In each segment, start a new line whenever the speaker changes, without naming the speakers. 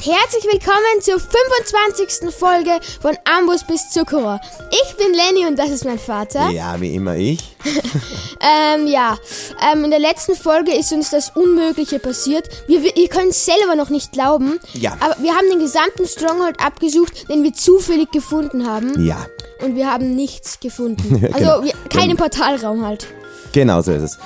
herzlich willkommen zur 25. Folge von Ambus bis Zuckerrohr. Ich bin Lenny und das ist mein Vater.
Ja, wie immer ich.
Ähm, ja, ähm, in der letzten Folge ist uns das Unmögliche passiert. Wir, wir, ihr könnt es selber noch nicht glauben.
Ja.
Aber wir haben den gesamten Stronghold abgesucht, den wir zufällig gefunden haben.
Ja,
Und wir haben nichts gefunden. Also
genau.
wir, keinen Portalraum halt.
genau so ist es.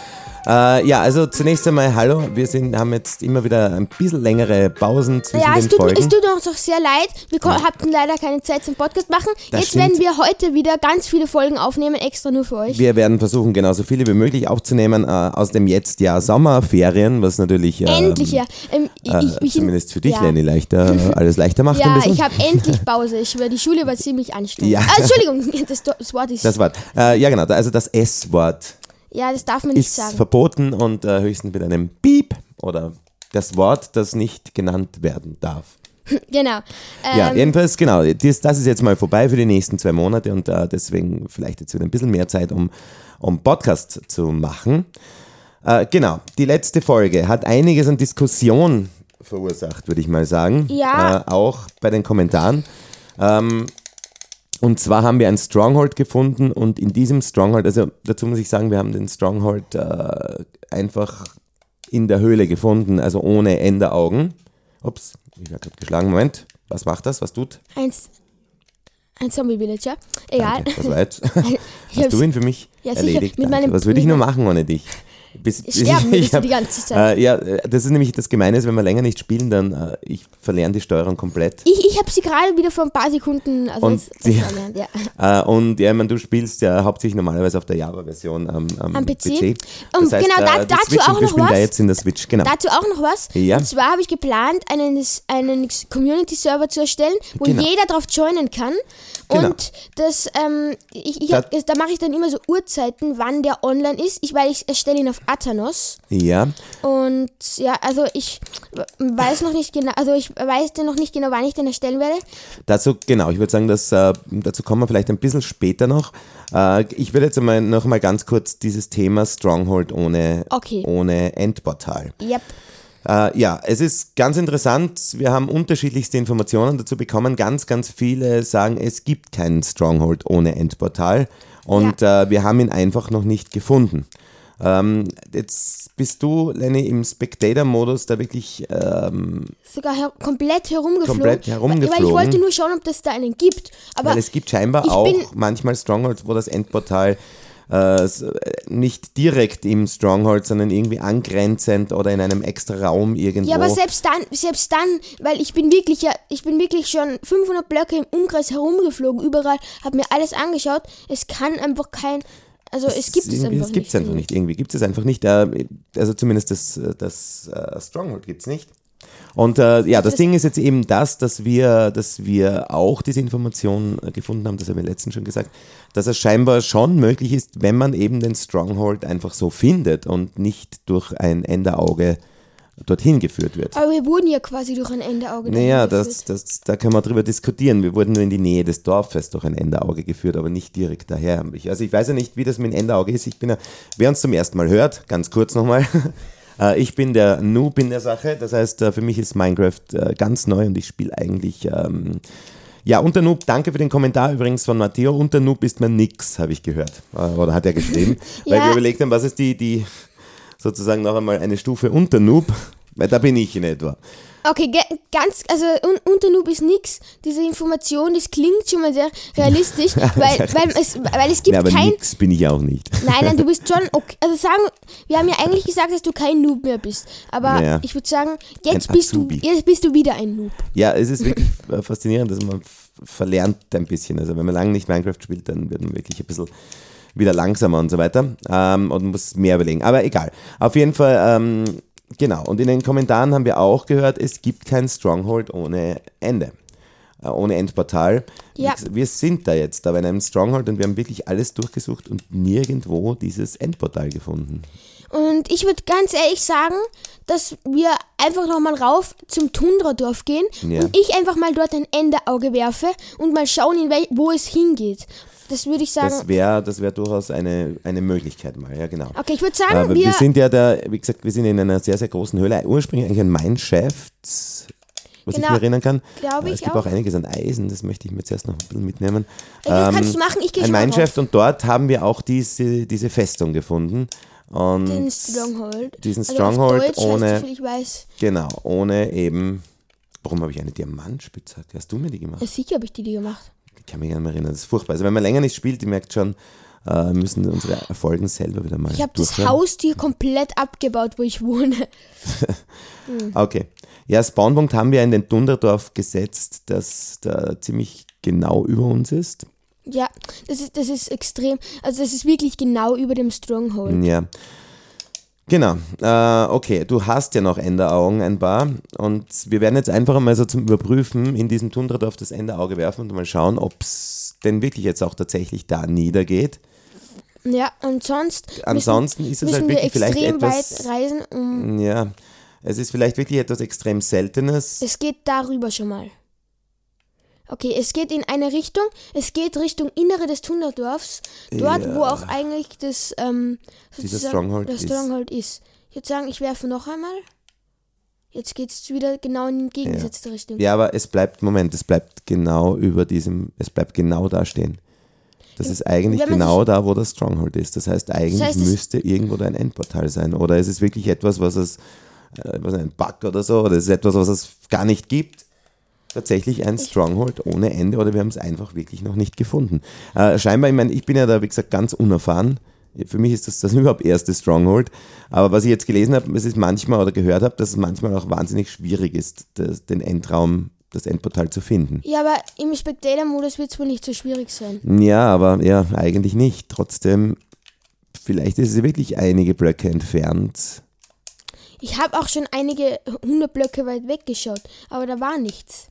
Äh, ja, also zunächst einmal hallo. Wir sind, haben jetzt immer wieder ein bisschen längere Pausen zwischen
Ja,
den
es tut,
Folgen.
es tut uns auch sehr leid. Wir ko- hatten leider keine Zeit zum Podcast machen.
Das
Jetzt
stimmt.
werden wir heute wieder ganz viele Folgen aufnehmen, extra nur für euch.
wir werden versuchen, genauso viele wie möglich aufzunehmen äh, aus dem jetzt ja Sommerferien, was natürlich ähm,
Endlich ja. Ähm, ich,
äh,
ich, ich,
zumindest für dich,
ja.
Lenny, leichter, äh, alles leichter macht ein
Ja,
bisschen.
ich habe endlich Pause. Ich schwöre, die Schule war ziemlich anstrengend.
Ja.
Ah, Entschuldigung, das, Do- das Wort ist.
das Wort. Äh, ja, genau. Also das S-Wort
ja, das darf man nicht
ist
sagen.
verboten und äh, höchstens mit einem Piep oder das Wort, das nicht genannt werden darf.
Genau. Ähm,
Ja, jedenfalls, genau. Das, das ist jetzt mal vorbei für die nächsten zwei Monate und äh, deswegen vielleicht jetzt wieder ein bisschen mehr Zeit, um, um Podcast zu machen. Äh, genau, die letzte Folge hat einiges an Diskussion verursacht, würde ich mal sagen.
Ja.
Äh, auch bei den Kommentaren. Ähm, Und zwar haben wir ein Stronghold gefunden und in diesem Stronghold, also dazu muss ich sagen, wir haben den Stronghold äh, einfach in der Höhle gefunden, also ohne Enderaugen. Ups, ich war gerade geschlagen. Moment, was macht das? Was tut?
Ein, ein Zombie-Villager. Egal.
Okay, das war jetzt.
Ich
Hast
hab's-
du ihn für mich
Ja, sicher.
erledigt?
Mit
Danke.
meinem-
was würde ich
mit
nur machen ohne dich? Bis, bis
Sterben würdest du die
hab-
ganze Zeit.
Äh, ja, äh, das ist nämlich das Gemeine, ist, wenn wir länger nicht spielen, dann äh, ich verlerne die Steuerung komplett.
ich ich habe sie gerade wieder vor ein paar Sekunden. Also
Und
jetzt, das
sie-
war mir- ja.
Äh, und ja, ich meine, du spielst ja hauptsächlich normalerweise auf der Java-Version am, am,
Am PC.
Das
Und
heißt,
genau, da-
äh, die
dazu
Switch
auch
und wir
noch
spielen da
was.
jetzt in der Switch, genau.
Dazu auch noch was.
Ja.
Und zwar habe ich geplant, einen, einen Community-Server zu erstellen, wo
Genau.
jeder drauf joinen kann.
Genau.
Und das, ähm, ich, ich hab,
Da-
da mache ich dann immer so Uhrzeiten, wann der online ist, ich, weil ich erstelle ihn auf Athanos.
ja,
Und ja, also ich weiß noch nicht genau, also ich weiß denn noch nicht genau, wann ich den erstellen werde.
dazu, genau, ich würde sagen, dass, äh, dazu kommen wir vielleicht ein bisschen später noch. Äh, ich will jetzt einmal noch mal ganz kurz dieses Thema Stronghold ohne,
Okay.
ohne Endportal.
Yep.
Äh, ja, es ist ganz interessant. Wir haben unterschiedlichste Informationen dazu bekommen. Ganz, ganz viele sagen, es gibt keinen Stronghold ohne Endportal. Und äh, wir haben ihn einfach noch nicht gefunden. Ähm, jetzt bist du, Lenny, im Spectator-Modus da wirklich. Ähm,
Sogar her komplett herumgeflogen. Weil
Komplett
ich
herumgeflogen.
wollte nur schauen, ob das da einen gibt. Aber
weil es gibt scheinbar
ich bin-
auch manchmal Strongholds, wo das Endportal. äh, s- äh, nicht direkt im Stronghold, sondern irgendwie angrenzend oder in einem extra Raum irgendwo.
Ja, aber selbst dann, selbst dann, weil ich bin wirklich, ja, ich bin wirklich schon 500 Blöcke im Umkreis herumgeflogen, überall, habe mir alles angeschaut. Es kann einfach kein, also es gibt es
Irgendwie-
einfach
das gibt's
nicht.
einfach nicht. Irgendwie gibt es einfach nicht. Äh, Also zumindest das, äh, das äh, Stronghold gibt es nicht. Und äh, ja,
Das-
das Ding ist jetzt eben das, dass wir, dass wir auch diese Information äh, gefunden haben, das haben wir letztens schon gesagt, dass es scheinbar schon möglich ist, wenn man eben den Stronghold einfach so findet und nicht durch ein Enderauge dorthin geführt wird.
Aber wir wurden ja quasi durch ein Endeauge.
Naja,
dahin
das, das, da können wir drüber diskutieren. Wir wurden nur in die Nähe des Dorfes durch ein Enderauge geführt, aber nicht direkt daher. Ich, also ich weiß ja nicht, wie das mit dem Enderauge ist. Ich bin ja, wer uns zum ersten Mal hört, ganz kurz nochmal, äh, ich bin der Noob in der Sache. Das heißt, äh, für mich ist Minecraft äh, ganz neu und ich spiele eigentlich... Ähm, ja, unter Noob, danke für den Kommentar übrigens von Matteo. Unter Noob ist man nix, habe ich gehört. Äh, Oder hat er geschrieben. Weil
Ja.
wir überlegt haben, was ist die, die sozusagen noch einmal eine Stufe unter Noob? Weil da bin ich in etwa.
Okay, ge- ganz, also un unter Noob ist nix. Diese Information, das klingt schon mal sehr realistisch, weil, weil, es, weil es gibt
Ja, aber
kein.
nix bin ich auch nicht.
Nein, nein, du bist schon okay. Also sagen, wir haben ja eigentlich gesagt, dass du kein Noob mehr bist. Aber
Naja.
ich würde sagen, jetzt
Ein
bist, du,
Azubi.
jetzt bist du wieder ein Noob.
Ja, es ist wirklich äh, faszinierend, dass man f- verlernt ein bisschen. Also wenn man lange nicht Minecraft spielt, dann wird man wirklich ein bisschen wieder langsamer und so weiter ähm, und muss mehr überlegen. Aber egal. Auf jeden Fall, ähm, genau. Und in den Kommentaren haben wir auch gehört, es gibt kein Stronghold ohne Ende. Äh, ohne Endportal. Wie
Ja.
gesagt, Wir sind da jetzt, aber in einem Stronghold und wir haben wirklich alles durchgesucht und nirgendwo dieses Endportal gefunden.
Und ich würde ganz ehrlich sagen, dass wir einfach nochmal rauf zum Tundradorf gehen
Ja.
und ich einfach mal dort ein Enderauge werfe und mal schauen, in wel wo es hingeht. Das würde ich sagen.
Das wäre das wär durchaus eine, eine Möglichkeit mal, ja genau.
Okay, ich würde sagen,
Aber wir,
Äh, wir
sind ja da, wie gesagt, wir sind in einer sehr, sehr großen Höhle. Ursprünglich eigentlich ein Mineshaft. was
Genau.
ich mir erinnern kann.
Glaube
Äh,
ich
es gibt
auch.
auch einiges an Eisen, das möchte ich mir zuerst noch ein bisschen mitnehmen.
Ja, kannst du machen, ich gehe
ähm, ein
schon mal rauf.
Mineshaft und dort haben wir auch diese, diese Festung gefunden. Und
Den Stronghold.
diesen
also auf
Stronghold
Deutsch
ohne-
Heißt, soviel ich weiß.
genau, ohne eben. Warum habe ich eine Diamantspitzhacke? Hast du mir die gemacht?
Ja, sicher habe ich die, die gemacht.
Ich kann mich gar nicht mehr erinnern. Das ist furchtbar. Also wenn man länger nicht spielt, ihr merkt schon, äh, müssen unsere Erfolgen selber wieder mal
Ich habe das
durchhören.
Haustier komplett abgebaut, wo ich wohne.
Okay. Ja, Spawnpunkt haben wir in den Dunderdorf gesetzt, das da ziemlich genau über uns ist.
Ja, das ist, das ist extrem. Also das ist wirklich genau über dem Stronghold.
Ja. Genau. Äh, okay, du hast ja noch Enderaugen ein paar. Und wir werden jetzt einfach mal so zum Überprüfen in diesem Tundradorf das Enderauge werfen und mal schauen, ob es denn wirklich jetzt auch tatsächlich da niedergeht. Mhm.
Ja, und sonst
Ansonsten ist es
müssen,
halt
müssen wir
wirklich vielleicht
extrem weit
etwas. Mhm.
reisen. Um,
Ja. Es ist vielleicht wirklich etwas extrem Seltenes.
es geht darüber schon mal. Okay, es geht in eine Richtung. Es geht Richtung Innere des Tunderdorfs. Dort, wo
Ja.
auch eigentlich das, ähm,
Dieser
sozusagen
Stronghold
das
ist-
Stronghold ist. Ich würde sagen, ich werfe noch einmal. Jetzt geht es wieder genau in die entgegengesetzte Richtung.
Ja, aber es bleibt, Moment, es bleibt genau über diesem, es bleibt genau da stehen. Das ist eigentlich
Wenn man
genau da, wo das Stronghold ist. Das heißt, eigentlich
heißt, es-
müsste irgendwo da ein Endportal sein. Oder es ist wirklich etwas, was es, äh, was ein Bug oder so, oder es ist etwas, was es gar nicht gibt. Tatsächlich ein Stronghold ohne Ende oder wir haben es einfach wirklich noch nicht gefunden. Äh, scheinbar, ich meine, ich bin ja da, wie gesagt, ganz unerfahren. Für mich ist das das überhaupt erste Stronghold. Aber was ich jetzt gelesen habe, es ist manchmal oder gehört habe, dass es manchmal auch wahnsinnig schwierig ist, das, den Endraum, das Endportal zu finden.
Ja, aber im Spectator-Modus wird es wohl nicht so schwierig sein.
Ja, aber ja, eigentlich nicht. Trotzdem, vielleicht ist es wirklich einige Blöcke entfernt.
Ich habe auch schon einige hundert Blöcke weit weggeschaut, aber da war nichts.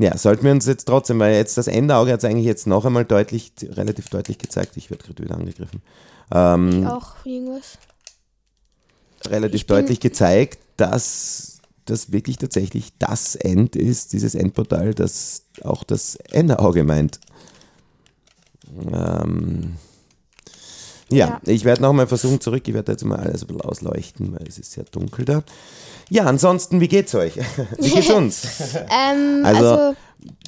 Ja, sollten wir uns jetzt trotzdem, weil jetzt das Endauge hat es eigentlich jetzt noch einmal deutlich, relativ deutlich gezeigt. Ich werde gerade wieder angegriffen. Ähm,
Auch irgendwas.
relativ
Ich bin-
deutlich gezeigt, dass das wirklich tatsächlich das End ist, dieses Endportal, das auch das Enderauge meint. Ähm, ja,
Ja.
ich werde nochmal versuchen zurück. Ich werde jetzt mal alles ein bisschen ausleuchten, weil es ist sehr dunkel da. Ja, ansonsten, wie geht's euch? Wie geht's uns?
Ähm,
Also-
also,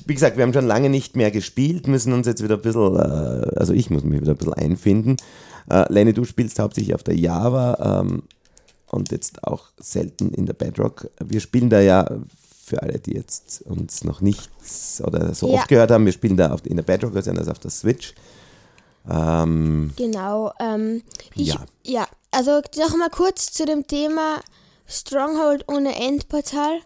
Wie gesagt, wir haben schon lange nicht mehr gespielt, müssen uns jetzt wieder ein bisschen, äh, also ich muss mich wieder ein bisschen einfinden. Äh, Lenny, du spielst hauptsächlich auf der Java ähm, und jetzt auch selten in der Bedrock. Wir spielen da ja, für alle, die jetzt uns noch nicht oder so
Ja.
oft gehört haben, wir spielen da auf, in der Bedrock, also anders auf der Switch. Ähm,
genau. Ähm, ich,
Ja.
ja. also nochmal kurz zu dem Thema Stronghold ohne Endportal.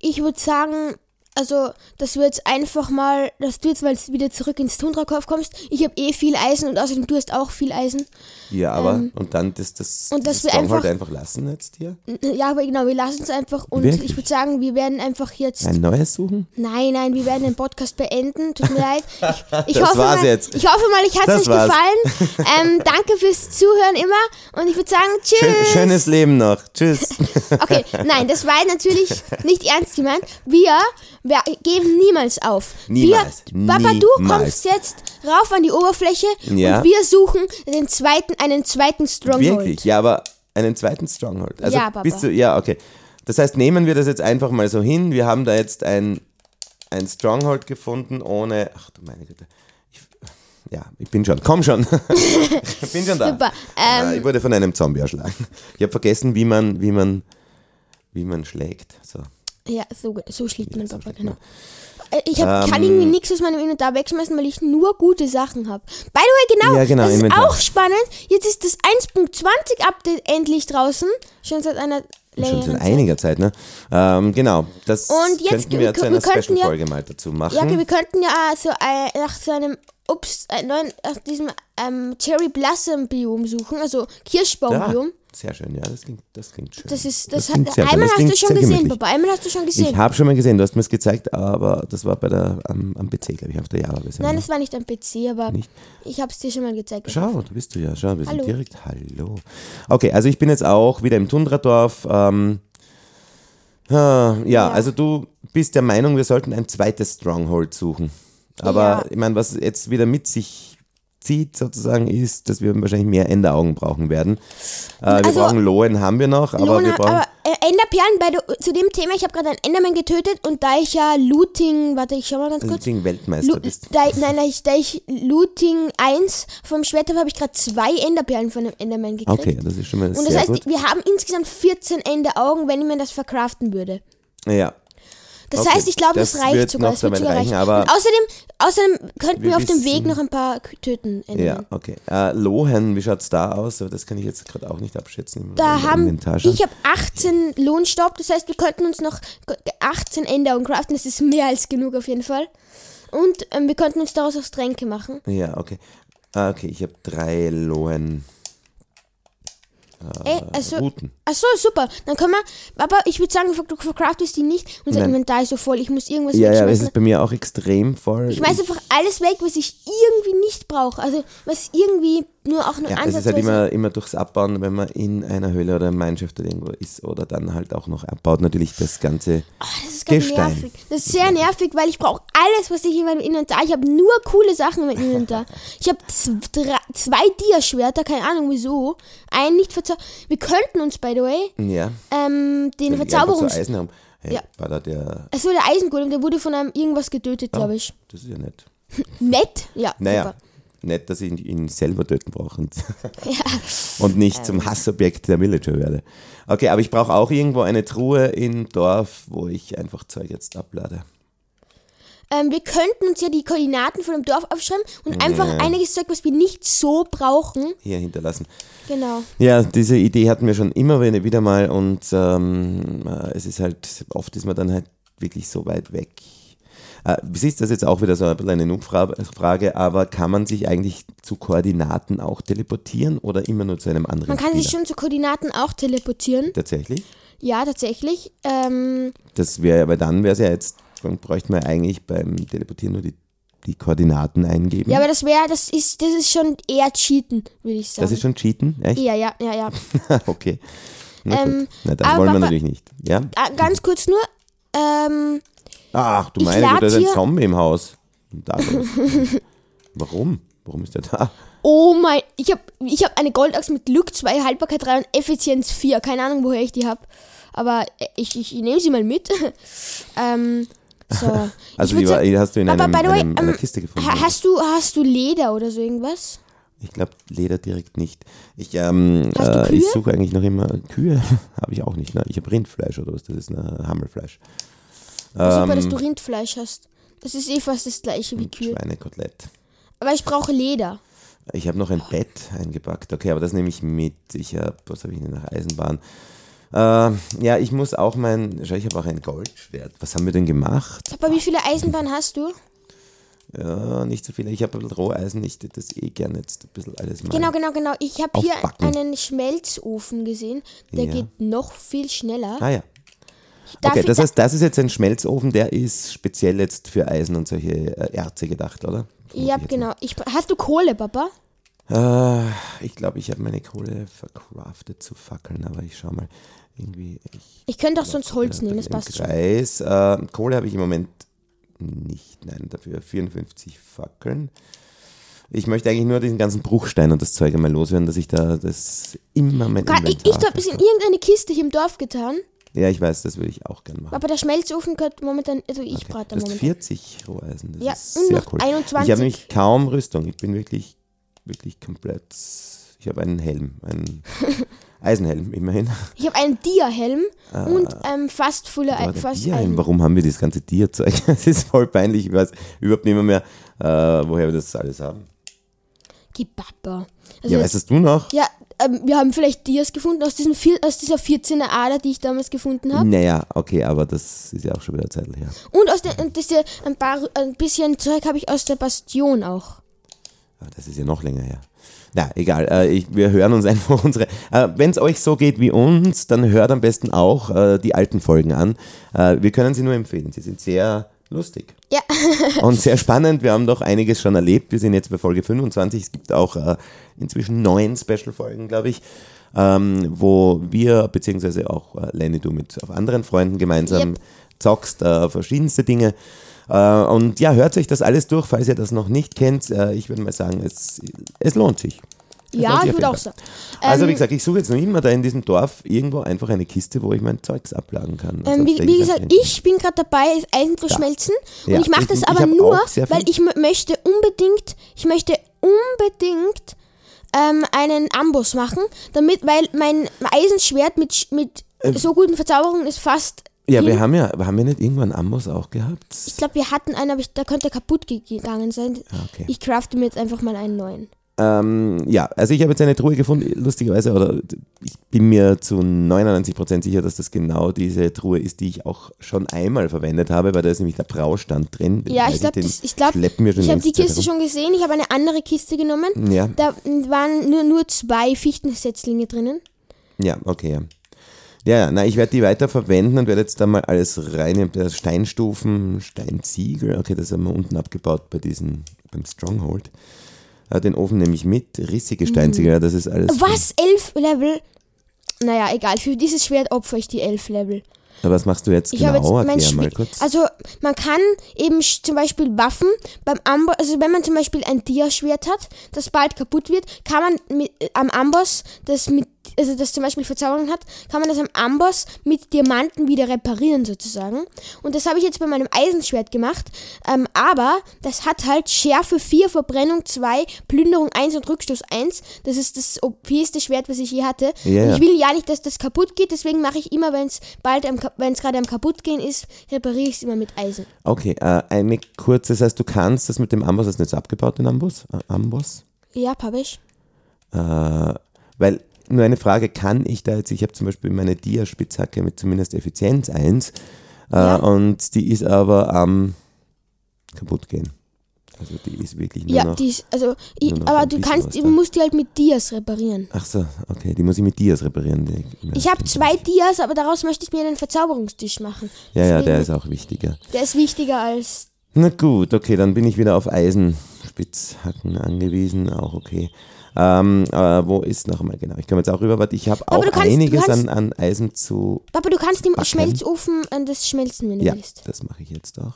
Ich würde sagen, also, dass wir jetzt einfach mal, dass du jetzt mal wieder zurück ins Tundrakorf kommst. Ich habe eh viel Eisen und außerdem du hast auch viel Eisen.
ja, aber und dann das, das,
Ähm, und dass
das
wir
Stronghold
einfach-
einfach lassen jetzt hier?
Ja, aber genau, wir lassen es einfach und
Wirklich?
ich würde sagen, wir werden einfach jetzt
Ein neues suchen?
Nein, nein, wir werden den Podcast beenden. Tut mir leid. Ich, ich
Das
hoffe
war's
mal,
jetzt.
Ich hoffe mal, ich hat
Das
es euch
war's.
gefallen. Ähm, danke fürs Zuhören immer. Und ich würde sagen, tschüss.
Schön, schönes Leben noch. Tschüss.
Okay, nein, das war natürlich nicht ernst gemeint. Wir, wir geben niemals auf.
Niemals.
Wir, Papa, du
Niemals.
kommst jetzt rauf an die Oberfläche
Ja.
und wir suchen den zweiten, einen zweiten Stronghold.
Wirklich, ja, aber einen zweiten Stronghold. Also
Ja, Papa.
Bist du, ja, okay. Das heißt, nehmen wir das jetzt einfach mal so hin. Wir haben da jetzt ein, ein Stronghold gefunden ohne. Ach du meine Güte. Ich, ja, ich bin schon. Komm schon. ich bin schon da.
Super. Ähm,
Ah, ich wurde von einem Zombie erschlagen. Ich habe vergessen, wie man, wie man, wie man schlägt. So.
Ja, so, so schlägt mein Papa, genau. Äh, Ich hab,
Ähm.
kann irgendwie nichts aus meinem Inventar wegschmeißen, weil ich nur gute Sachen habe. By the way, genau,
Ja, genau,
das ist
Inventar.
auch spannend. Jetzt ist das 1.20 Update endlich draußen. Schon seit einer
Schon
längeren
seit
Zeit.
einiger Zeit, ne? Ähm, genau. Das
Äh, Und jetzt-
könnten wir,
wir
zu
kö-
einer
wir könnten ja-
Special-Folge mal dazu machen.
Ja, wir könnten ja äh, so ein, nach so einem ups, äh, neuen, nach diesem ähm, Cherry Blossom Biom suchen, also
Ja,
Kirschbaumbiom.
sehr schön, ja, das klingt, das klingt schön.
Das ist, das,
klingt
hat,
sehr schön,
einmal
das
hast
klingt
du schon
sehr
gesehen,
gemütlich.
Papa, einmal hast du schon gesehen.
Ich habe schon mal gesehen, du hast mir es gezeigt, aber das war bei der am, am PC, glaube ich, auf der Java.
Nein,
Nein,
das war nicht am PC, aber ich hab's dir schon mal gezeigt.
Schau, da bist du ja. Schau, wir sind
Hallo.
direkt. Hallo. Okay, also ich bin jetzt auch wieder im Tundradorf. Ähm, äh, ja, also du bist der Meinung, wir sollten ein zweites Stronghold suchen. Aber
Ja.
ich meine, was jetzt wieder mit sich zieht, sozusagen, ist, dass wir wahrscheinlich mehr Enderaugen brauchen werden. Äh, wir
Also-
brauchen Lohen, haben wir noch, aber
Lona,
wir brauchen.
aber äh, Enderperlen, bei der, zu dem Thema, ich habe gerade einen Enderman getötet und da ich ja Looting, warte, ich schau mal ganz
Also,
kurz.
du Weltmeister
Lu
bist.
da, nein, nein, ich, da ich Looting 1 vom Schwert habe, habe ich gerade zwei Enderperlen von einem Enderman gekriegt.
Okay, das ist schon mal
Und das
sehr
heißt,
gut.
wir haben insgesamt 14 Enderaugen, wenn man das verkraften würde.
Ja,
Das
Okay,
heißt, ich glaube, das,
das wird
reicht sogar.
noch
Das wird
damit
sogar
reichen,
reichen.
aber
Und außerdem, außerdem könnten wir,
wir
auf dem Weg
wissen-
noch ein paar Kü- töten.
ja,
Endermen.
okay. Äh, Lohen, wie schaut's da aus? Aber das kann ich jetzt gerade auch nicht abschätzen.
Da
Im
haben,
Inventar schon.
ich habe 18 Lohnstaub, das heißt, wir könnten uns noch k- 18 Enderaugen craften. Das ist mehr als genug auf jeden Fall. Und ähm, wir könnten uns daraus auch Tränke machen.
Ja, okay. Ah, okay, ich habe drei Lohen. Ah,
Ey, also,
Routen.
achso, super. Dann können wir, aber ich würde sagen, du ver- du verkraftest die nicht. Unser
Nein.
Inventar ist so voll, ich muss irgendwas
Ja, ja, es
wegschmeißen.
ist bei mir auch extrem voll.
Ich schmeiß einfach alles weg, was ich irgendwie nicht brauche. Also, was irgendwie nur auch nur
ja, es ist halt immer, immer durchs Abbauen, wenn man in einer Höhle oder in Minecraft oder irgendwo ist oder dann halt auch noch abbaut, natürlich das Ganze.
Das ist ganz
Gestein.
nervig. Das ist sehr nervig, weil ich brauche alles, was ich in meinem Inventar. Ich habe nur coole Sachen in meinem Inventar. Ich habe zwei Diaschwerter, keine Ahnung wieso. Einen nicht verzaubert. Wir könnten uns, by the way,
Ja.
ähm, den
Wenn die einfach so
Verzauberungs...
Eisen haben. Hey,
Ja.
war da der.
Achso, der Eisengolem, der wurde von einem irgendwas getötet,
Ah.
glaube ich.
Das ist ja nett.
Nett? Ja,
Naja.
super.
Nett, dass ich ihn- ihn selber töten brauche und,
Ja. Ähm.
und nicht zum Hassobjekt der Villager werde. Okay, aber ich brauche auch irgendwo eine Truhe im Dorf, wo ich einfach Zeug jetzt ablade.
Ähm, wir könnten uns ja die Koordinaten von dem Dorf aufschreiben und einfach einiges Zeug, was wir nicht so brauchen.
Hier hinterlassen.
Genau.
Ja, diese Idee hatten wir schon immer wieder wieder mal und ähm, äh, es ist halt, oft ist man dann halt wirklich so weit weg. Äh, siehst das ist jetzt auch wieder so ein bisschen eine Noob-Frage, aber kann man sich eigentlich zu Koordinaten auch teleportieren oder immer nur zu einem anderen
Man kann
Spieler?
sich schon zu Koordinaten auch teleportieren.
Tatsächlich?
Ja, tatsächlich. Ähm,
Das wäre, aber dann wäre es ja jetzt, dann bräuchte man eigentlich beim Teleportieren nur die, die Koordinaten eingeben.
Ja, aber das wäre, das ist, das ist schon eher Cheaten, würde ich sagen.
das ist schon Cheaten, echt?
ja, ja, ja, ja.
okay. Na, gut.
Ähm,
Na das
aber
wollen wir
bei-
natürlich nicht. Ja?
Ah, Ganz kurz nur, ähm,
Ach du
Ich
meine Güte,
lad
da ist ein
hier-
Zombie im Haus. Und Da los. Warum? Warum ist der da?
oh mein, ich habe ich hab eine Goldachs mit Glück 2, Haltbarkeit 3 und Effizienz 4. Keine Ahnung, woher ich die hab Aber äh, ich, ich, ich nehme sie mal mit. ähm, so. Ich
Also
würd
die, war-
sagen,
die hast du in
aber
einem,
by the way,
einem, einer
ähm,
Kiste gefunden.
ha- hast, du, hast du Leder oder so irgendwas?
ich glaube, Leder direkt nicht. Ich, ähm,
Hast du
äh,
Kühe?
ich suche eigentlich noch immer Kühe. habe ich auch nicht. Ne? Ich habe Rindfleisch oder was. Das ist ne, Hammelfleisch.
Super,
Ähm.
dass du Rindfleisch hast. Das ist eh fast das gleiche
Hm,
wie Kühe.
Schweinekotelett.
Aber ich brauche Leder.
Ich habe noch ein Bett eingepackt. Okay, aber das nehme ich mit. Ich habe, was habe ich denn nach Eisenbahn? Ähm, ja, ich muss auch mein, schau, ich habe auch ein Goldschwert. Was haben wir denn gemacht?
Aber wie viele Eisenbahnen hast du?
Ja, nicht so viele. Ich habe ein bisschen Roheisen. Ich tät das eh gern jetzt ein bisschen alles machen.
Genau, genau, genau. Ich habe hier
Aufbacken.
einen Schmelzofen gesehen. Der
Ja.
geht noch viel schneller.
Ah ja.
Darf
Okay,
ich
das
da-
heißt, das ist jetzt ein Schmelzofen, der ist speziell jetzt für Eisen und solche äh, Erze gedacht, oder?
ja, genau. Ich, hast du Kohle, Papa?
Äh, ich glaube, ich habe meine Kohle verkraftet zu fackeln, aber ich schau mal. Irgendwie, ich
Ich könnte auch sonst Holz
bin
nehmen, das passt
im
schon.
Kreis. Äh, Kohle habe ich im Moment nicht, nein, dafür 54 Fackeln. Ich möchte eigentlich nur diesen ganzen Bruchstein und das Zeug einmal loswerden, dass ich da das immer mein
Ka- Ich, ich
Inventar
habe es in irgendeine Kiste hier im Dorf getan.
Ja, ich weiß, das würde ich auch gern machen.
Aber der Schmelzofen könnte momentan. Also ich
Okay.
brate
Du hast
momentan.
40 Roheisen, das
Ja,
ist
und
sehr
noch
cool. Ich
21.
habe nämlich kaum Rüstung, ich bin wirklich, wirklich komplett, ich habe einen Helm, einen Eisenhelm immerhin.
Ich habe einen Dia-Helm
Ah.
und ähm, fast volle
Aber
Ei-
der
fast
Tierhelm,
Eisen.
warum haben wir das ganze Tierzeug? Das ist voll peinlich, ich weiß überhaupt nicht mehr, mehr äh, woher wir das alles haben.
Geh, Papa. Also
Ja,
das-
weißt das du noch?
ja ähm, wir haben vielleicht Dias gefunden aus, diesen vier, aus dieser 14er Ader, die ich damals gefunden habe.
Naja, okay, aber das ist ja auch schon wieder Zeit her.
Und aus der, und diese, ein, paar, ein bisschen Zeug habe ich aus der Bastion auch.
Aber das ist ja noch länger her. Na, egal. Äh, ich, wir hören uns einfach unsere. Äh, Wenn es euch so geht wie uns, dann hört am besten auch äh, die alten Folgen an. Äh, wir können sie nur empfehlen. Sie sind sehr lustig.
Ja.
Und sehr spannend. Wir haben doch einiges schon erlebt. Wir sind jetzt bei Folge 25. Es gibt auch äh, inzwischen neun Special-Folgen, glaube ich, ähm, wo wir, beziehungsweise auch äh, Lenny, du mit auf anderen Freunden gemeinsam
Yep.
zockst, äh, verschiedenste Dinge. Äh, und ja, hört euch das alles durch, falls ihr das noch nicht kennt. Äh, ich würde mal sagen, es, es lohnt sich. Es lohnt
Ja, ich
sich auf
würde
jeden
auch
Fall.
sagen.
Also wie
Ähm,
gesagt, ich suche jetzt noch immer da in diesem Dorf irgendwo einfach eine Kiste, wo ich mein Zeugs abladen kann. Also
Ähm, wie,
Ansonsten
wie
werde
gesagt,
ich
ich bin gerade dabei, das Eisen zu schmelzen.
Ja,
Und ich mache
ich-
das
ich
aber
hab
nur,
auch sehr viel.
weil ich m- möchte unbedingt, ich möchte unbedingt ähm, einen Amboss machen, damit, weil mein Eisenschwert mit, Sch- mit
Ähm.
so guten Verzauberungen ist fast.
ja,
hin.
wir haben ja, haben wir nicht irgendwann Amboss auch gehabt?
ich glaube, wir hatten einen, aber ich, da könnte er kaputt ge- gegangen sein.
Ah, okay.
Ich crafte mir jetzt einfach mal einen neuen.
Ähm, ja, also ich habe jetzt eine Truhe gefunden, lustigerweise, oder ich bin mir zu 99% sicher, dass das genau diese Truhe ist, die ich auch schon einmal verwendet habe, weil da ist nämlich der Braustand drin. Den
Ja,
weiß
ich glaube,
den
ich, ich, glaub,
schleppen wir schon
ich habe die
ganze Zeit
Kiste schon gesehen. Ich habe eine andere Kiste genommen.
herum. Ja,
Da waren nur, nur zwei Fichtensetzlinge drinnen.
ja, okay, ja. Ja, ja, na, ich werde die weiter verwenden und werde jetzt da mal alles rein, der Steinstufen, Steinziegel, okay, das haben wir unten abgebaut bei diesem, beim Stronghold. Äh, Den Ofen nehme ich mit, rissige Steinziegel, ja, das ist alles.
Mhm. Was? Elf Level? Naja, egal. Für dieses Schwert opfer ich die elf Level.
Aber was machst du jetzt
Ich
genau?
habe jetzt mein
Erklär mal
Schwert.
kurz.
Also man kann eben sch- zum Beispiel Waffen beim Amboss, also wenn man zum Beispiel ein Dia-Schwert hat, das bald kaputt wird, kann man mit, äh, am Amboss, das mit, also das zum Beispiel Verzauberung hat, kann man das am Amboss mit Diamanten wieder reparieren sozusagen. Und das habe ich jetzt bei meinem Eisenschwert gemacht. Ähm, aber das hat halt Schärfe 4, Verbrennung 2, Plünderung 1 und Rückstoß 1. Das ist das OP-ste Schwert, was ich je hatte.
Ja,
und
ja.
ich will ja nicht, dass das kaputt geht, deswegen mache ich immer, wenn es bald, am Ka- wenn es gerade am kaputtgehen ist, repariere ich es immer mit Eisen.
Okay, äh, eine kurze, das heißt, du kannst das mit dem Amboss, hast du jetzt abgebaut, den Amboss? Äh, Amboss?
Ja, habe ich.
Äh, weil, nur eine Frage, kann ich da jetzt, ich habe zum Beispiel meine Dia-Spitzhacke mit zumindest Effizienz 1 äh,
Ja.
und die ist aber am kaputt gehen. Also die ist wirklich nur
Ja,
noch...
die ist, also, ich,
nur noch
aber
ein
du
bisschen
kannst,
was
du
da.
musst die halt mit Dias reparieren.
Ach so, okay, die muss ich mit Dias reparieren. Die,
Ich habe zwei Dias, aber daraus möchte ich mir einen Verzauberungstisch machen.
ja, ja, der
Deswegen-
ist auch wichtiger.
Der ist wichtiger als.
Na gut, okay, dann bin ich wieder auf Eisenspitzhacken angewiesen, auch okay. Ähm, äh, wo ist noch mal genau? Ich komme jetzt auch rüber, warte, ich habe auch
Aber du kannst- du
einiges
kannst-
an, an Eisen zu.
Papa, du kannst im
Backen.
Schmelzofen äh, das schmelzen, wenn du
Ja,
willst.
das mache ich jetzt auch.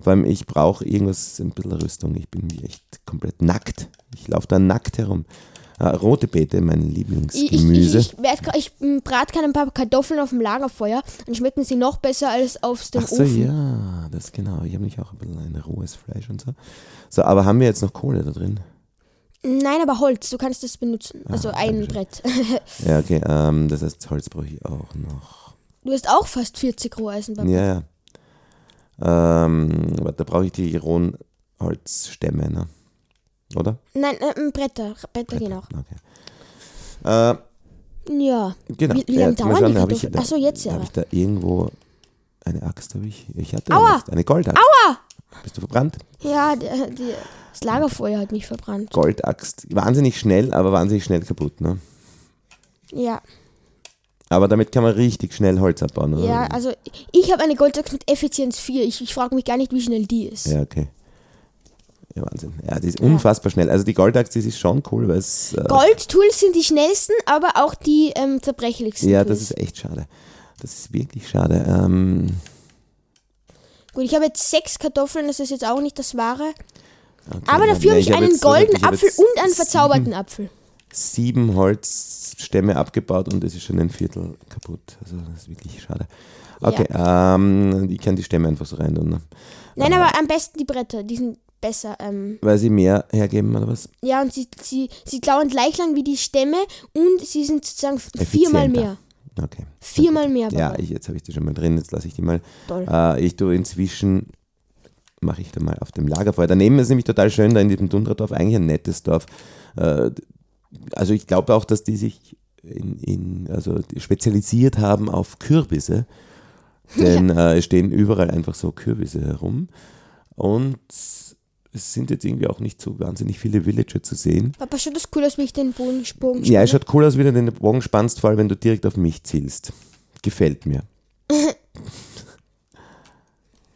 Vor allem, ich brauche irgendwas, ein bisschen Rüstung. Ich bin mir echt komplett nackt. Ich laufe da nackt herum. Äh, rote Beete, mein
Ich, ich, ich,
Lieblingsgemüse.
ich, werd gra- ich mm, brat gerade ein paar Kartoffeln auf dem Lagerfeuer, dann schmecken sie noch besser als auf dem
Ach so,
Ofen.
ja, das genau. Ich habe nicht auch ein bisschen ein rohes Fleisch und so. So, aber haben wir jetzt noch Kohle da drin?
Nein, aber Holz, du kannst das benutzen.
Ah,
Also ein Brett.
Ja, okay, ähm, das heißt, Holz brauche ich auch noch.
Du hast auch fast 40 Roheisen, Papa.
Ja, ja. Ähm, warte, da brauche ich die rohen Holzstämme, ne? Oder?
Nein, äh, Bretter. Bretter gehen auch.
Okay. Äh,
Ja.
genau.
Wie- wie lange
jetzt mal
dauern die
hab
Kartoffeln?
da-
Ach so, jetzt ja.
Hab ich da irgendwo eine Axt? Hab ich? ich hatte
Aua!
eine, Axt, eine Goldaxt. Aua! Bist du verbrannt?
Ja, der, die, das Lagerfeuer hat mich verbrannt.
Goldaxt. Wahnsinnig schnell, aber wahnsinnig schnell kaputt, ne?
Ja.
Aber damit kann man richtig schnell Holz abbauen, oder?
Ja, also ich habe eine Goldaxt mit Effizienz 4. Ich, ich frage mich gar nicht, wie schnell die ist.
Ja, okay. Ja, Wahnsinn. Ja, die ist unfassbar schnell. Also die Goldaxt, die ist schon cool, weil es. Äh,
Gold-Tools sind die schnellsten, aber auch die ähm, zerbrechlichsten.
ja,
Tools.
das ist echt schade. Das ist wirklich schade. Ähm,
Gut, ich habe jetzt sechs Kartoffeln, das ist jetzt auch nicht das Wahre.
Okay,
Aber
ja,
dafür
nein,
habe ich
hab
einen
jetzt- also
goldenen
ich hab
Apfel
jetzt
und einen verzauberten Apfel.
Sieben Holzstämme abgebaut und es ist schon ein Viertel kaputt. Also das ist wirklich schade. Okay, ähm, ich kann die Stämme einfach so rein tun, ne?
Nein, aber am besten die Bretter, die sind besser. Ähm,
Weil sie mehr hergeben oder was?
ja, und sie, sie, sie dauern gleich lang wie die Stämme und sie sind sozusagen viermal
Effizienter.
mehr.
Okay.
Viermal mehr.
Ja,
Papa.
ich, jetzt habe ich die schon mal drin, jetzt lasse ich die mal.
Toll.
Äh, ich tue inzwischen, mache ich da mal auf dem Lagerfeuer. Daneben ist nämlich total schön, da in diesem Tundradorf, eigentlich ein nettes Dorf. Äh, also ich glaube auch, dass die sich in, in, also die spezialisiert haben auf Kürbisse. Denn äh, es stehen überall einfach so Kürbisse herum. Und es sind jetzt irgendwie auch nicht so wahnsinnig viele Villager zu sehen.
Papa, schaut das cool aus, wie ich den Bogen Bogen
Ja,
spanne?
es schaut cool aus, wie du den Bogen spannst, vor allem wenn du direkt auf mich zielst. Gefällt mir.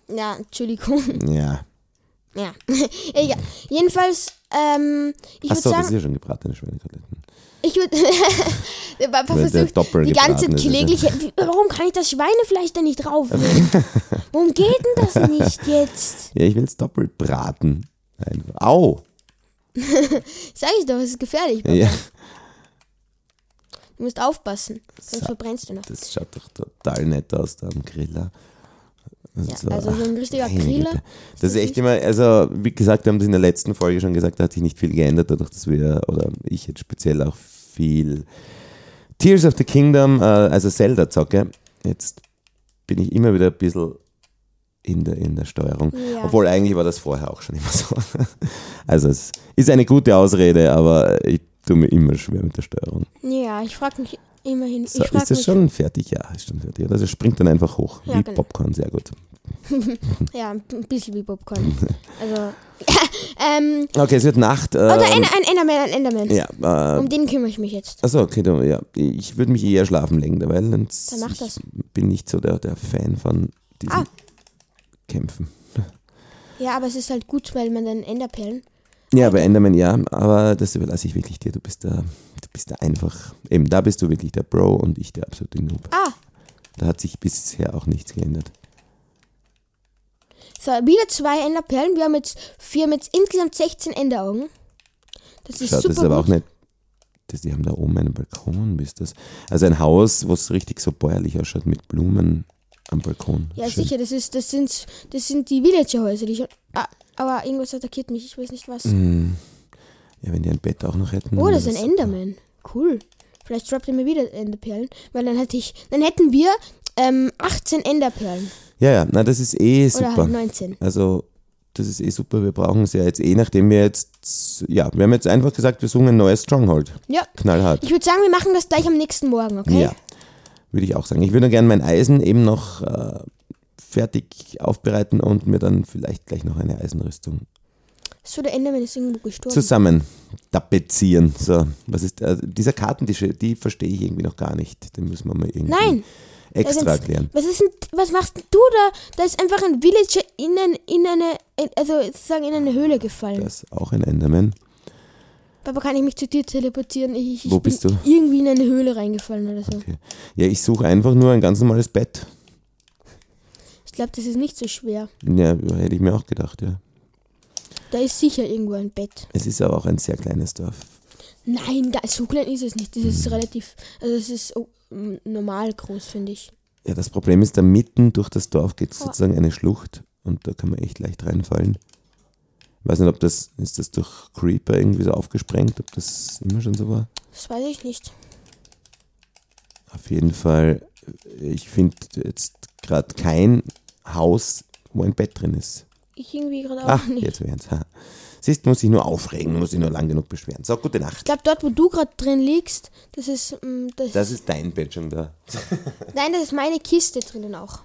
Ja, Entschuldigung.
Ja.
Ja. Egal. Jedenfalls Ähm, ich würde
Achso, das
sagen,
ist ja schon gebratene Schweinekoteletten.
Ich würde Papa
Weil der
versucht,
doppelt
die ganze Zeit
gebraten ist, also-
kläglich. Wie- Warum kann ich das Schweinefleisch denn nicht draufnehmen? Warum geht denn das nicht jetzt?
Ja, ich will es doppelt braten. Einfach. Au!
Sag ich doch, es ist gefährlich.
Ja, Ja,
Du musst aufpassen, sonst
So.
verbrennst du noch.
das schaut doch total nett aus da am Griller.
Ja, also so ein richtiger
Meine
Griller.
Güte. Das ist echt immer, also wie gesagt, wir haben es in der letzten Folge schon gesagt, da hat sich nicht viel geändert, dadurch, dass wir, oder ich jetzt speziell auch viel Tears of the Kingdom, äh, also Zelda zocke. Jetzt bin ich immer wieder ein bisschen in der, in der Steuerung.
Ja.
Obwohl eigentlich war das vorher auch schon immer so. Also es ist eine gute Ausrede, aber ich tue mir immer schwer mit der Steuerung.
Ja, ich frage mich immerhin.
So,
ich frag
ist das
mich,
schon fertig? Ja, ist schon fertig. Also es springt dann einfach hoch,
Ja,
wie
genau.
Popcorn, sehr gut.
Ja, ein bisschen wie Popcorn. Also. ähm,
Okay, es wird Nacht.
oder ein,
ähm,
ein Enderman, ein Enderman.
ja, äh,
Um den kümmere ich mich jetzt.
Achso, okay, du, ja. Ich würde mich eher schlafen legen, weil sonst
Dann mach das.
ich bin nicht so der, der Fan von diesen
Ah.
Kämpfen.
Ja, aber es ist halt gut, weil man dann Enderperlen.
Ja, bei Enderman ja, aber das überlasse ich wirklich dir. Du bist da, du bist da einfach, eben da bist du wirklich der Bro und ich der absolute Noob.
Ah,
Da hat sich bisher auch nichts geändert.
So, wieder zwei Enderperlen. Wir haben jetzt, wir haben jetzt insgesamt 16 Enderaugen. Das ist
Schau,
super
das ist aber
gut.
auch nicht. Das, die haben da oben einen Balkon, wisst das? Also ein Haus, wo es richtig so bäuerlich ausschaut, mit Blumen am Balkon.
ja,
Schön.
sicher, das ist, das sind, das sind die Villager-Häuser, die schon. Ah, aber irgendwas attackiert mich, ich weiß nicht was.
Hm. Ja, wenn die ein Bett auch noch hätten.
Oh,
wäre
das ist ein
super.
Enderman. Cool. Vielleicht droppt er mir wieder Enderperlen, weil dann hätte ich, dann hätten wir ähm, 18 Enderperlen
Ja, ja, na, das ist eh super.
oder halt 19.
Also, das ist eh super. Wir brauchen es ja jetzt eh, nachdem wir jetzt, ja, wir haben jetzt einfach gesagt, wir suchen ein neues Stronghold.
Ja.
Knallhart.
Ich würde sagen, wir machen das gleich am nächsten Morgen, okay?
Ja, würde ich auch sagen. Ich würde gerne mein Eisen eben noch äh, fertig aufbereiten und mir dann vielleicht gleich noch eine Eisenrüstung
So, der Enderman ist irgendwo gestorben.
zusammen tapezieren. So, was ist, äh, dieser Kartentische, die verstehe ich irgendwie noch gar nicht. Den müssen wir mal irgendwie
Nein. Da ist
extra
ein-
erklären.
Was ist denn, was machst denn du da? Da ist einfach ein Villager in, ein, in eine, in, also sozusagen in eine Höhle gefallen.
Das ist auch ein Enderman.
Papa, kann ich mich zu dir teleportieren? Ich, ich
Wo
bin
bist du?
irgendwie in eine Höhle reingefallen oder so.
Okay. Ja, ich suche einfach nur ein ganz normales Bett.
Ich glaube, das ist nicht so schwer.
Ja, hätte ich mir auch gedacht, ja.
Da ist sicher irgendwo ein Bett.
Es ist aber auch ein sehr kleines Dorf.
Nein, da, so klein ist es nicht. Das ist relativ, also es ist oh, m, normal groß, finde ich.
Ja, das Problem ist, da mitten durch das Dorf geht sozusagen eine Schlucht und da kann man echt leicht reinfallen. Weiß nicht, ob das, ist das durch Creeper irgendwie so aufgesprengt, ob das immer schon so war.
Das weiß ich nicht.
Auf jeden Fall, ich finde jetzt gerade kein Haus, wo ein Bett drin ist.
Ich irgendwie gerade auch
Ach,
nicht.
Ah, jetzt wären's. Ha. Siehst, muss ich nur aufregen, muss ich nur lang genug beschweren. So, gute
Ich
Nacht.
glaube, dort, wo du gerade drin liegst, das ist, m, das,
Das ist dein Bett schon da.
nein, das ist meine Kiste drinnen auch.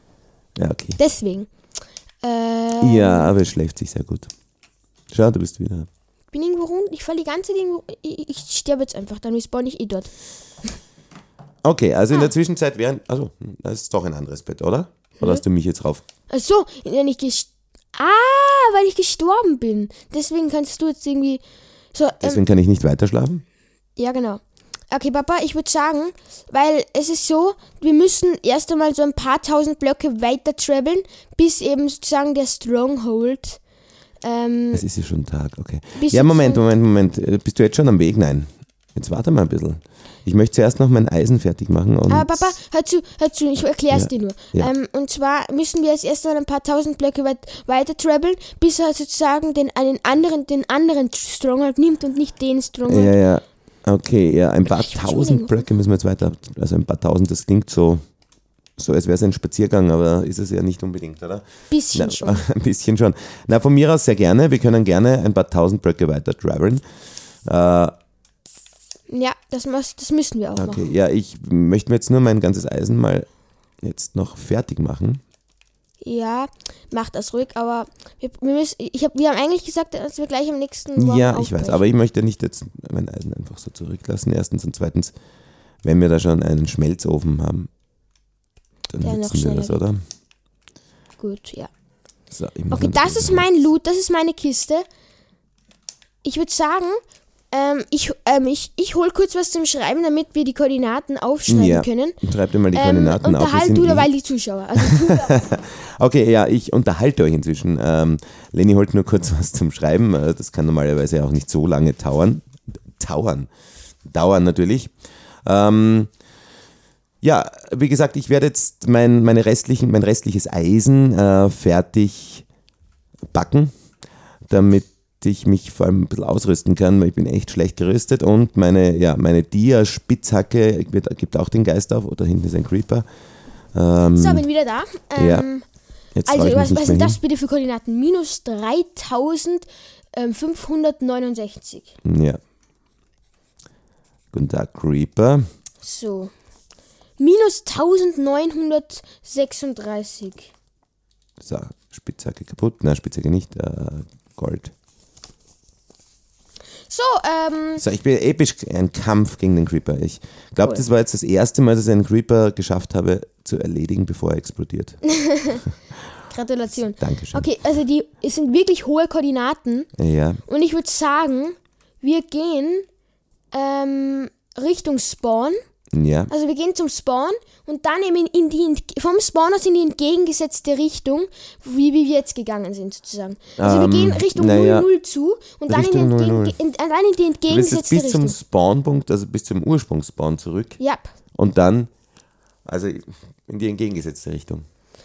Ja, okay.
Deswegen. Äh,
Ja, aber es schläft sich sehr gut. Schau, du bist wieder.
bin irgendwo rund, ich falle die ganze Zeit irgendwo, ich, ich sterbe jetzt einfach, dann respawn ich eh dort.
Okay, also
Ah.
in der Zwischenzeit wären. Also, das ist doch ein anderes Bett, oder? Oder
Mhm.
hast du mich jetzt rauf?
Ach so, wenn ich gest Ah, weil ich gestorben bin. Deswegen kannst du jetzt irgendwie so ähm,
Deswegen kann ich nicht weiter
Hm.
schlafen.
ja genau. Okay, Papa, ich würde sagen, weil es ist so, wir müssen erst einmal so ein paar tausend Blöcke weiter traveln, bis eben sozusagen der Stronghold. Ähm,
Es ist ja schon Tag, okay.
Bist
ja,
du
Moment,
schon-
Moment, Moment. Äh, Bist du jetzt schon am Weg? Nein. Jetzt warte mal ein bisschen. Ich möchte zuerst noch mein Eisen fertig machen und.
Aber Ah, Papa, hör zu, hör zu, ich erkläre es
Ja,
dir nur.
ja.
Ähm, und zwar müssen wir als erstes ein paar tausend Blöcke weit, weiter traveln, bis er sozusagen den, einen anderen, den anderen Stronghold nimmt und nicht den Stronghold.
Ja, ja. Okay, ja, ein paar
Ich muss
tausend
überlegen.
Blöcke müssen wir jetzt weiter. Also ein paar tausend, das klingt so. So, als wäre es ein Spaziergang, aber ist es ja nicht unbedingt, oder?
Bisschen
Na,
schon.
Ein bisschen schon. Na, von mir aus sehr gerne. Wir können gerne ein paar tausend Blöcke weiter traveln. Äh,
Ja, das, muss, das müssen wir auch machen.
Okay, ja, ich möchte mir jetzt nur mein ganzes Eisen mal jetzt noch fertig machen.
Ja, mach das ruhig, aber wir, wir, müssen, ich hab, wir haben eigentlich gesagt, dass wir gleich am nächsten Morgen
ja, ich weiß,
aufbrechen.
aber ich möchte nicht jetzt mein Eisen einfach so zurücklassen. Erstens und zweitens, wenn wir da schon einen Schmelzofen haben, dann
Der noch
nutzen wir
schneller
das, oder?
Gut, ja.
So, ich muss
Okay,
ein
das
bisschen-
ist mein Loot, das ist meine Kiste. Ich würde sagen, ähm, ich, ähm, ich, ich hole kurz was zum Schreiben, damit wir die Koordinaten aufschreiben
ja.
können.
Schreibt ihr mal die
Ähm,
Koordinaten auf. wir
unterhalt
sind eh
du
in-
dabei die Zuschauer. Also,
Okay, ja, ich unterhalte euch inzwischen. Ähm, Lenny holt nur kurz was zum Schreiben. Äh, Das kann normalerweise auch nicht so lange dauern. Dauern. Dauern natürlich. Ähm, ja, wie gesagt, ich werde jetzt mein, meine restlichen, mein restliches Eisen äh, fertig backen, damit ich mich vor allem ein bisschen ausrüsten kann, weil ich bin echt schlecht gerüstet und meine, ja, meine Dia-Spitzhacke wird- gibt auch den Geist auf. Oder hinten ist ein Creeper.
so, bin wieder da.
Ähm, Ja.
Ähm,
Jetzt
Also,
trau ich mich
was,
nicht
was
mehr
sind
hin.
das bitte für Koordinaten? Minus ähm, 3569.
Ja. Guten Tag, Creeper.
So. Minus 1936.
So, Spitzhacke kaputt. Na, Spitzhacke nicht. Äh, Gold.
So, ähm,
So, ich bin episch ein Kampf gegen den Creeper. Ich glaube, das war jetzt das erste Mal, dass ich einen Creeper geschafft habe zu erledigen, bevor er explodiert.
Gratulation.
Dankeschön.
Okay, also die es sind wirklich hohe Koordinaten.
Ja,
Und ich würde sagen, wir gehen ähm, Richtung Spawn.
ja.
Also wir gehen zum Spawn und dann eben in die, entge- vom Spawn aus in die entgegengesetzte Richtung, wie, wie wir jetzt gegangen sind sozusagen. Also
Ähm,
wir gehen Richtung
na
00
ja.
zu und dann in, die
Richtung
entgegen,
00.
in, äh, dann in die
Du bist jetzt
entgegengesetzte
bis zum
Richtung.
Spawnpunkt, also bis zum Ursprungsspawn zurück
Ja.
und dann, also in die entgegengesetzte Richtung.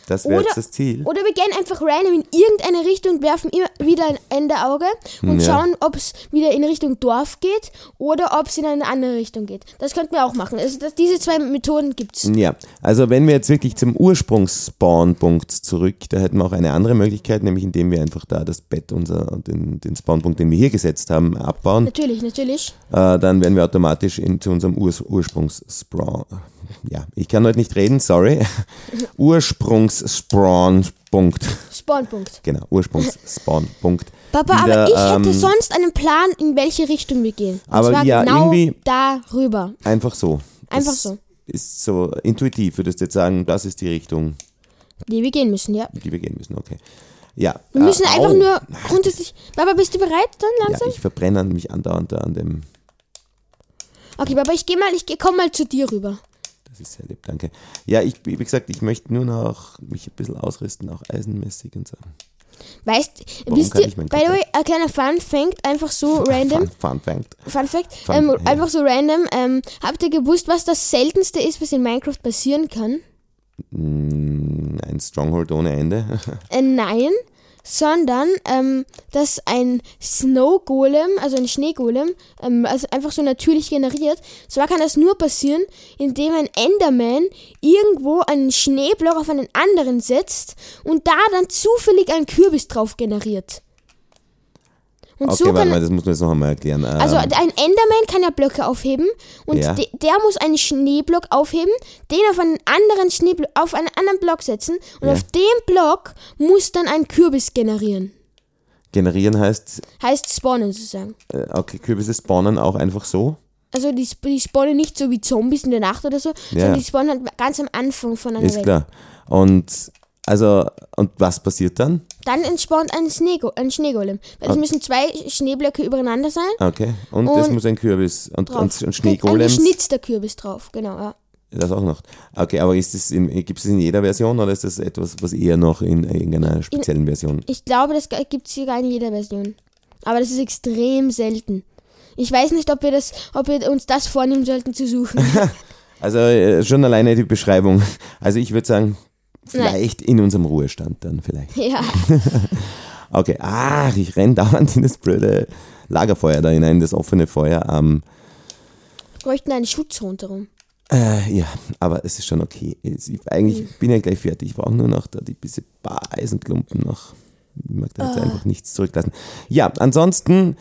Das wäre
Oder,
jetzt das Ziel.
oder wir gehen einfach random in irgendeine Richtung, werfen immer wieder ein Ende Auge und
Ja.
schauen, ob es wieder in Richtung Dorf geht oder ob es in eine andere Richtung geht. Das könnten wir auch machen. Also das, diese zwei Methoden gibt's.
Ja, also wenn wir jetzt wirklich zum Ursprungsspawnpunkt zurück, da hätten wir auch eine andere Möglichkeit, nämlich indem wir einfach da das Bett, unser, den, den Spawnpunkt, den wir hier gesetzt haben, abbauen.
Natürlich, natürlich.
Äh, dann wären wir automatisch in, zu unserem Urs Ursprungsspawn. Ja, ich kann heute nicht reden, sorry. Ursprungsspawnpunkt.
Spawnpunkt.
Genau, Ursprungsspawnpunkt.
Papa, aber
Wieder,
ich hätte
ähm,
sonst einen Plan, in welche Richtung wir gehen. Und
aber
zwar
ja,
genau
irgendwie-
darüber.
Einfach so.
Einfach
Das
so.
Ist so intuitiv, würdest du jetzt sagen, das ist die Richtung,
Die wir gehen müssen, ja.
die wir gehen müssen, okay. Ja.
Wir müssen
äh,
einfach
au.
nur grundsätzlich. Papa, bist du bereit dann
Ja,
langsam?
ich verbrenne an mich andauernd da an dem.
okay, Papa, ich gehe mal, ich komme mal zu dir rüber.
Das ist sehr lieb, danke. Ja, ich, wie gesagt, ich möchte nur noch mich ein bisschen ausrüsten, auch eisenmäßig und so.
Weißt,
Warum
wisst
kann
ihr,
ich meinen
by the
Kopf
way, ein kleiner Fun fängt einfach so random.
Fun, fun fact.
Fun Fact,
Fun,
ähm,
ja.
einfach so random. Ähm, habt ihr gewusst, was das seltenste ist, was in Minecraft passieren kann?
Mm, Ein Stronghold ohne Ende.
Äh, nein, sondern ähm, dass ein Snow Golem, also ein Schneegolem, ähm, also einfach so natürlich generiert. Zwar kann das nur passieren, indem ein Enderman irgendwo einen Schneeblock auf einen anderen setzt und da dann zufällig einen Kürbis drauf generiert. Und
Okay,
so
warte
kann
mal, das muss man jetzt noch einmal erklären. Ähm,
also ein Enderman kann ja Blöcke aufheben und
Ja.
de der muss einen Schneeblock aufheben, den auf einen anderen Schneeblock, auf einen anderen Block setzen und
Ja.
auf dem Block muss dann ein Kürbis generieren.
generieren heißt,
Heißt spawnen sozusagen.
äh, okay, Kürbisse spawnen auch einfach so.
Also die, sp- die spawnen nicht so wie Zombies in der Nacht oder so, sondern die spawnen halt ganz am Anfang von einer
Ist
Welt.
klar. Und also, und was passiert dann?
Dann entspawnt ein, Schneego ein Schneegolem. Weil es müssen zwei Schneeblöcke übereinander sein.
Okay. Und, es
Und-
muss ein Kürbis und,
Drauf.
und, und
Ein
Schneegolems.
geschnitzter Kürbis drauf, genau, ja.
Das auch noch. Okay, aber gibt es in jeder Version oder ist das etwas, was eher noch in irgendeiner speziellen Version?
Ich glaube, das gibt es hier gar in jeder Version. Aber das ist extrem selten. Ich weiß nicht, ob wir, das, ob wir uns das vornehmen sollten zu suchen.
Also äh, schon alleine die Beschreibung. Also ich würde sagen, vielleicht in unserem Ruhestand dann vielleicht.
ja,
Okay, ach, ich renn dauernd in das blöde Lagerfeuer da hinein, das offene Feuer. Ähm,
wir bräuchten einen Schutz rundherum.
äh, ja, aber es ist schon okay. Es- Ich,
Mhm.
eigentlich bin ich ja gleich fertig. Ich brauche nur noch da die bisschen paar Eisenklumpen noch. Ich mag da
Ah.
jetzt einfach nichts zurücklassen. Ja, ansonsten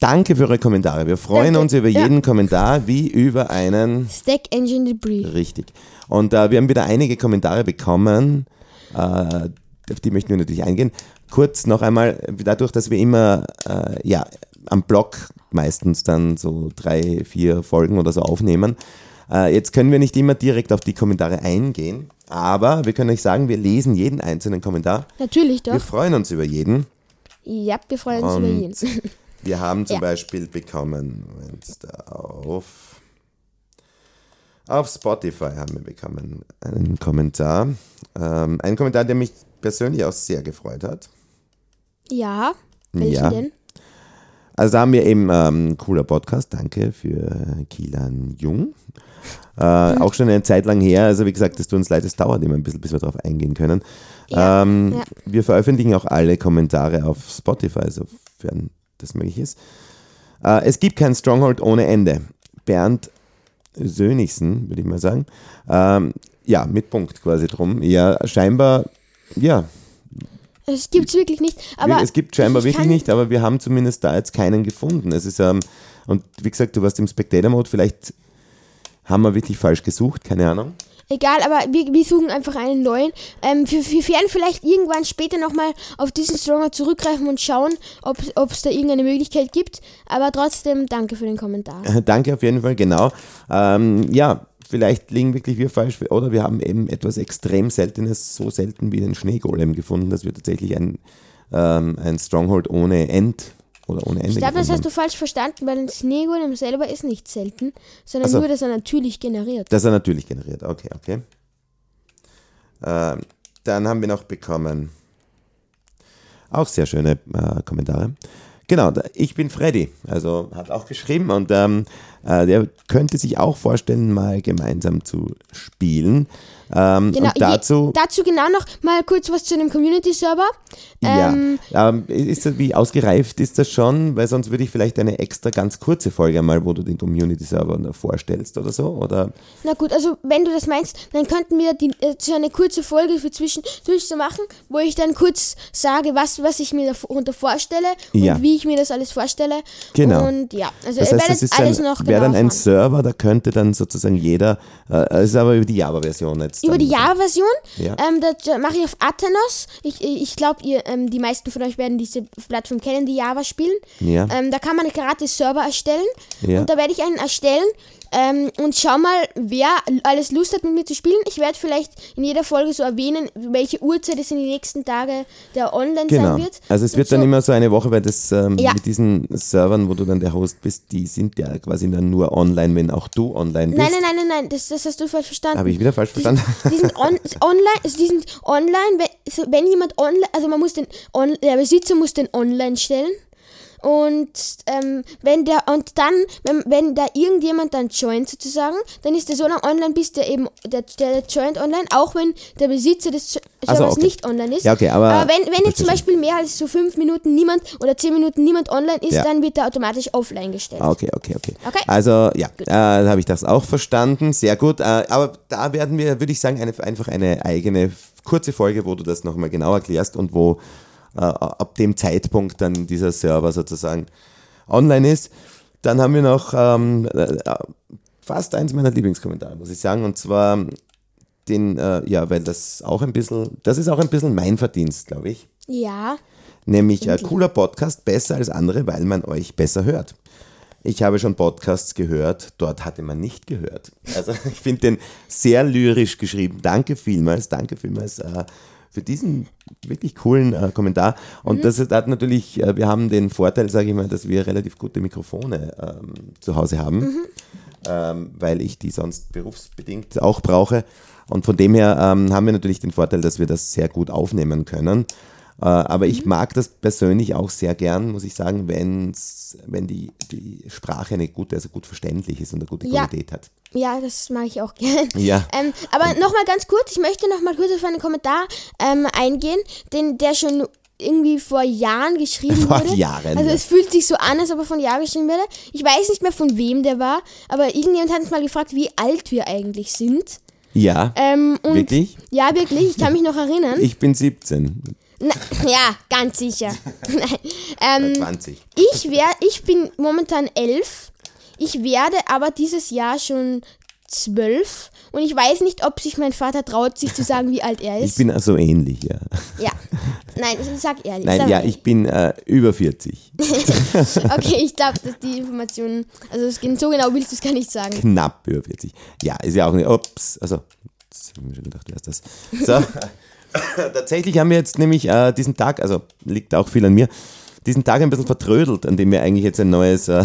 danke für eure Kommentare. Wir freuen
Danke.
uns über
Ja.
jeden Kommentar wie über einen
Stack Engine Debris.
Richtig. Und äh, wir haben wieder einige Kommentare bekommen, äh, auf die möchten wir natürlich eingehen. Kurz noch einmal, dadurch, dass wir immer äh, ja, am Blog meistens dann so drei, vier Folgen oder so aufnehmen, äh, jetzt können wir nicht immer direkt auf die Kommentare eingehen, aber wir können euch sagen, wir lesen jeden einzelnen Kommentar.
Natürlich
Wir
doch.
freuen uns über jeden.
Ja, wir freuen uns über
Und
jeden.
Wir haben zum
Ja.
Beispiel bekommen, wenn's da auf, auf Spotify haben wir bekommen einen Kommentar. Ähm, einen Kommentar, der mich persönlich auch sehr gefreut hat.
Ja. Welchen
Ja.
denn?
Also da haben wir eben ähm, cooler Podcast, danke für Kilan Jung. Äh, auch schon eine Zeit lang her. Also wie gesagt, es tut uns leid, es dauert immer ein bisschen, bis wir darauf eingehen können.
Ja,
ähm,
ja.
Wir veröffentlichen auch alle Kommentare auf Spotify, sofern das möglich ist. Äh, es gibt kein Stronghold ohne Ende. Bernd Sönigsen, würde ich mal sagen. Ähm, ja, mit Punkt quasi drum. Ja, scheinbar, ja,
Es gibt's wirklich nicht. Aber
es gibt scheinbar
ich
wirklich
kann-
nicht, aber wir haben zumindest da jetzt keinen gefunden. Es ist, ähm, und wie gesagt, du warst im Spectator-Mode, vielleicht haben wir wirklich falsch gesucht, keine Ahnung.
Egal, aber wir, wir suchen einfach einen neuen. Ähm, wir, wir werden vielleicht irgendwann später nochmal auf diesen Stronger zurückgreifen und schauen, ob es da irgendeine Möglichkeit gibt. Aber trotzdem, danke für den Kommentar.
Danke auf jeden Fall, genau. Ähm, ja, vielleicht liegen wirklich wir falsch oder wir haben eben etwas extrem Seltenes, so selten wie den Schneegolem gefunden, dass wir tatsächlich ein, ähm, ein Stronghold ohne End oder ohne Ende
Ich glaube, das
gefunden
hast
haben.
du falsch verstanden, weil ein Schneegolem selber ist nicht selten, sondern
Also-
nur, dass er natürlich generiert.
Das er natürlich generiert, okay, okay. Ähm, dann haben wir noch bekommen. Auch sehr schöne äh, Kommentare. Genau, da- ich bin Freddy, also hat auch geschrieben und ähm, äh, der könnte sich auch vorstellen, mal gemeinsam zu spielen. Ähm,
Genau,
und dazu,
Je, dazu genau noch mal kurz was zu dem Community-Server. ähm,
ja, ähm, ist das, wie ausgereift ist das schon? Weil sonst würde ich vielleicht eine extra ganz kurze Folge mal, wo du den Community-Server vorstellst oder so. Oder
Na gut, also wenn du das meinst, dann könnten wir die, äh, so eine kurze Folge für zwischendurch so machen, wo ich dann kurz sage, was, was ich mir darunter vorstelle und
Ja.
wie ich mir das alles vorstelle.
Genau.
Und ja, also
Das
ihr
heißt,
werdet
es ist
alles
ein,
noch genau
wäre dann ein
erfahren.
Server, da könnte dann sozusagen jeder, äh, es ist aber über die Java-Version jetzt.
Über
dann.
die Java-Version,
Ja.
ähm, das äh, mache ich auf Athenos. Ich, ich glaube, ihr, ähm, die meisten von euch werden diese Plattform kennen, die Java spielen.
Ja.
Ähm, da kann man gratis Server erstellen.
Ja.
Und da werde ich einen erstellen. Ähm, und schau mal, wer alles Lust hat, mit mir zu spielen. Ich werde vielleicht in jeder Folge so erwähnen, welche Uhrzeit es in den nächsten Tagen der online
Genau.
sein wird.
Also es wird
so,
dann immer so eine Woche, weil das ähm,
Ja.
mit diesen Servern, wo du dann der Host bist, die sind ja quasi dann nur online, wenn auch du online bist.
Nein, nein, nein, nein, nein, das, das hast du falsch verstanden.
Habe ich wieder falsch verstanden?
Die sind on, online, also die sind online, wenn, so, wenn jemand online, also man muss den, on, der Besitzer muss den online stellen. Und ähm, wenn der und dann, wenn, wenn da irgendjemand dann joint sozusagen, dann ist der so lange online, bis der eben der, der joint online, auch wenn der Besitzer des Ser-
Ach so,
Servers
okay.
nicht online ist.
Ja, okay, aber-
wenn, wenn jetzt
Verstehe schon.
zum Beispiel mehr als so fünf Minuten niemand oder zehn Minuten niemand online ist,
Ja.
dann wird er automatisch offline gestellt.
Ah, Okay, okay, okay.
Okay.
Also ja, äh, da habe ich das auch verstanden. Sehr gut. Äh, aber da werden wir, würde ich sagen, eine, einfach eine eigene kurze Folge, wo du das nochmal genau erklärst und wo äh, ab dem Zeitpunkt dann dieser Server sozusagen online ist. Dann haben wir noch ähm, äh, äh, fast eins meiner Lieblingskommentare, muss ich sagen. Und zwar den, äh, ja, weil das auch ein bisschen, das ist auch ein bisschen mein Verdienst, glaube ich.
Ja.
Nämlich äh, cooler Podcast, besser als andere, weil man euch besser hört. Ich habe schon Podcasts gehört, dort hatte man nicht gehört. Also ich finde den sehr lyrisch geschrieben. Danke vielmals, danke vielmals äh, für diesen wirklich coolen äh, Kommentar. Und das hat natürlich, äh, wir haben den Vorteil, sage ich mal, dass wir relativ gute Mikrofone ähm, zu Hause haben ähm, weil ich die sonst berufsbedingt auch brauche. Und von dem her ähm, haben wir natürlich den Vorteil, dass wir das sehr gut aufnehmen können. Äh, aber ich mag das persönlich auch sehr gern, muss ich sagen, wenn's, wenn die, die Sprache eine gute, also gut verständlich ist und eine gute
Ja.
Qualität hat.
Ja, das mache ich auch gern.
Ja.
Ähm, aber nochmal ganz kurz, ich möchte nochmal kurz auf einen Kommentar ähm, eingehen, den der schon irgendwie vor Jahren geschrieben
Vor
wurde.
Jahren,
Also
ja.
es fühlt sich so an, als ob er von Jahren geschrieben wurde. Ich weiß nicht mehr von wem der war, aber irgendjemand hat uns mal gefragt, wie alt wir eigentlich sind.
Ja,
Ähm, und
wirklich?
Ja, wirklich, ich kann mich noch erinnern.
äh, Ich bin 17,
Na, ja, ganz sicher. Nein.
Mhm.
ähm,
20.
ich, wär, ich bin momentan elf. Ich werde aber dieses Jahr schon zwölf. Und ich weiß nicht, ob sich mein Vater traut, sich zu sagen, wie alt er
Ich
ist.
bin also ähnlich, ja.
ja. Nein, ich sag ehrlich.
Nein,
sag
ja,
ehrlich.
ich bin äh, über 40.
Okay, ich glaube, dass die Informationen. Also es geht- so genau willst du es gar nicht sagen.
knapp über 40. Ja, ist ja auch nicht. Ups, also, jetzt habe ich mir schon gedacht, wer ist das? So, tatsächlich haben wir jetzt nämlich äh, diesen Tag, also liegt auch viel an mir, diesen Tag ein bisschen vertrödelt, an dem wir eigentlich jetzt ein neues. Äh,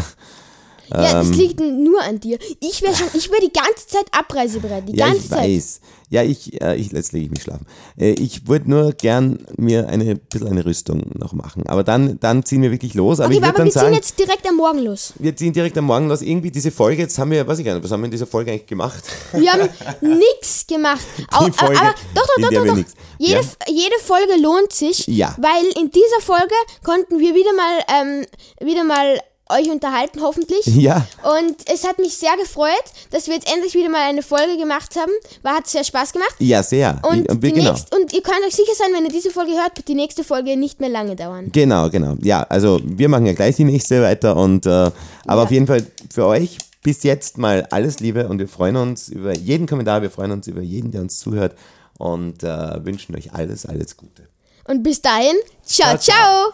Ja,
Ähm.
das liegt n- nur an dir. Ich wäre schon, ich wäre die ganze Zeit abreisebereit. Die
ja,
ganze
ich
Zeit.
weiß. Ja, ich, äh, ich jetzt lege ich mich schlafen. Äh, ich würde nur gern mir eine bisschen eine Rüstung noch machen. Aber dann, dann ziehen wir wirklich los. Aber
Okay,
ich würde
aber wir
dann
ziehen
sagen,
jetzt direkt am Morgen los.
wir ziehen direkt am Morgen los. Irgendwie diese Folge, jetzt haben wir, weiß ich gar nicht, was haben wir in dieser Folge eigentlich gemacht?
Wir haben nichts gemacht. Au-
Folge,
aber doch, doch,
in
doch,
der
doch.
wir
doch.
nichts-
Jede,
Ja.
F- jede Folge lohnt sich,
Ja.
weil in dieser Folge konnten wir wieder mal, ähm, wieder mal euch unterhalten, hoffentlich.
ja.
Und es hat mich sehr gefreut, dass wir jetzt endlich wieder mal eine Folge gemacht haben. War, hat sehr Spaß gemacht.
Ja, sehr.
Und,
Ich- wir- genau.
die nächst, und ihr könnt euch sicher sein, wenn ihr diese Folge hört, wird die nächste Folge nicht mehr lange dauern.
Genau, genau. Ja, also wir machen ja gleich die nächste weiter und äh, aber auf jeden Fall für euch bis jetzt mal alles Liebe und wir freuen uns über jeden Kommentar, wir freuen uns über jeden, der uns zuhört und äh, wünschen euch alles, alles Gute.
Und bis dahin, ciao,
Ciao, ciao.
ciao.